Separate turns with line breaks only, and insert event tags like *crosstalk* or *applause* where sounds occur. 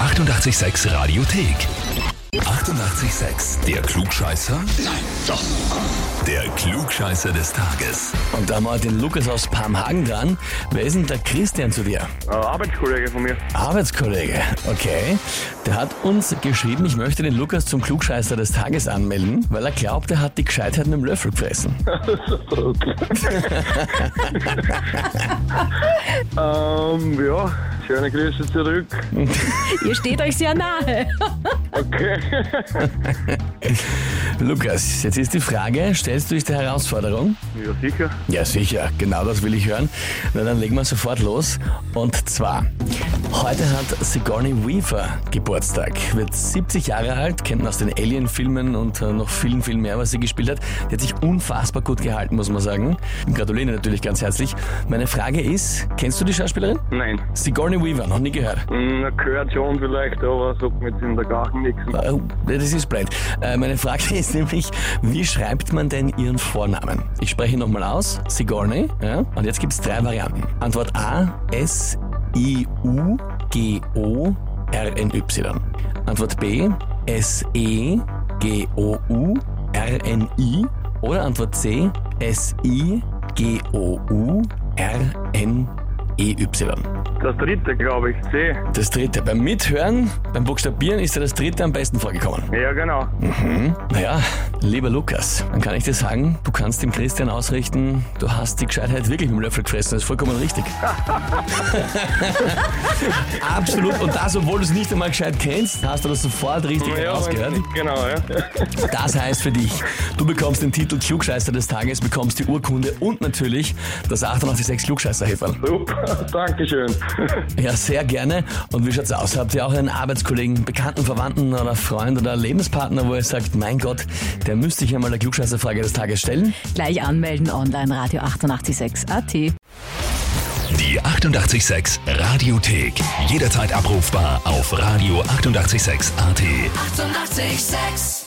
886 Radiothek. 88,6. Der Klugscheißer? Nein, doch. Der Klugscheißer des Tages.
Und da haben wir den Lukas aus Palmhagen dran. Wer ist denn der Christian zu dir?
Ein Arbeitskollege von mir.
Arbeitskollege. Okay. Der hat uns geschrieben, ich möchte den Lukas zum Klugscheißer des Tages anmelden, weil er glaubt, er hat die Gescheitheit mit dem Löffel gefressen.
Ähm, ja, schöne Grüße zurück.
Ihr steht euch sehr nahe.
Okay.
Lukas, jetzt ist die Frage, stellst du dich der Herausforderung?
Ja, sicher.
Ja, sicher. Genau das will ich hören. Na, dann legen wir sofort los. Und zwar, heute hat Sigourney Weaver Geburtstag. Wird 70 Jahre alt, kennt man aus den Alien-Filmen und äh, noch vielen, viel mehr, was sie gespielt hat. Die hat sich unfassbar gut gehalten, muss man sagen. Gratuliere natürlich ganz herzlich. Meine Frage ist, kennst du die Schauspielerin?
Nein.
Sigourney Weaver, noch nie gehört.
Hm, gehört schon vielleicht, aber sagt mir jetzt in der Garten nichts.
Äh, Das ist blöd. Äh, Meine Frage *laughs* ist nämlich, wie schreibt man denn Ihren Vornamen? Ich spreche nochmal aus, Sigourney. Ja? Und jetzt gibt es drei Varianten. Antwort A, S-I-U-G-O-R-N-Y. Antwort B, E S-E-G-O-U-R-N-I. Oder Antwort C, S-I-G-O-U-R-N-E-Y.
Das dritte, glaube ich. C.
E Das dritte. Beim Mithören, beim Buchstabieren ist ja das dritte am besten vorgekommen.
Ja, genau.
Naja, lieber Lukas, dann kann ich dir sagen, du kannst dem Christian ausrichten, du hast die Gescheitheit wirklich mit dem Löffel gefressen. Das ist vollkommen richtig. *laughs* Absolut. Und das, obwohl du es nicht einmal gescheit kennst, hast du das sofort richtig
Ja,
rausgehört.
wenn- genau, ja.
Das heißt für dich, du bekommst den Titel Klugscheißer des Tages, bekommst die Urkunde und natürlich das 886 klugscheißer -Häferl.
Super, *laughs* Dankeschön.
Ja, sehr gerne. Und wie schaut's aus? Habt ihr auch einen Arbeitskollegen, Bekannten, Verwandten oder Freund oder Lebenspartner, wo ihr sagt, mein Gott, der müsste ich einmal der Klugscheißerfrage des Tages stellen?
Gleich anmelden online Radio 886 AT.
Die 88,6 Radiothek. Jederzeit abrufbar auf radio886.at. 88,6.
Eighty-eight, sex.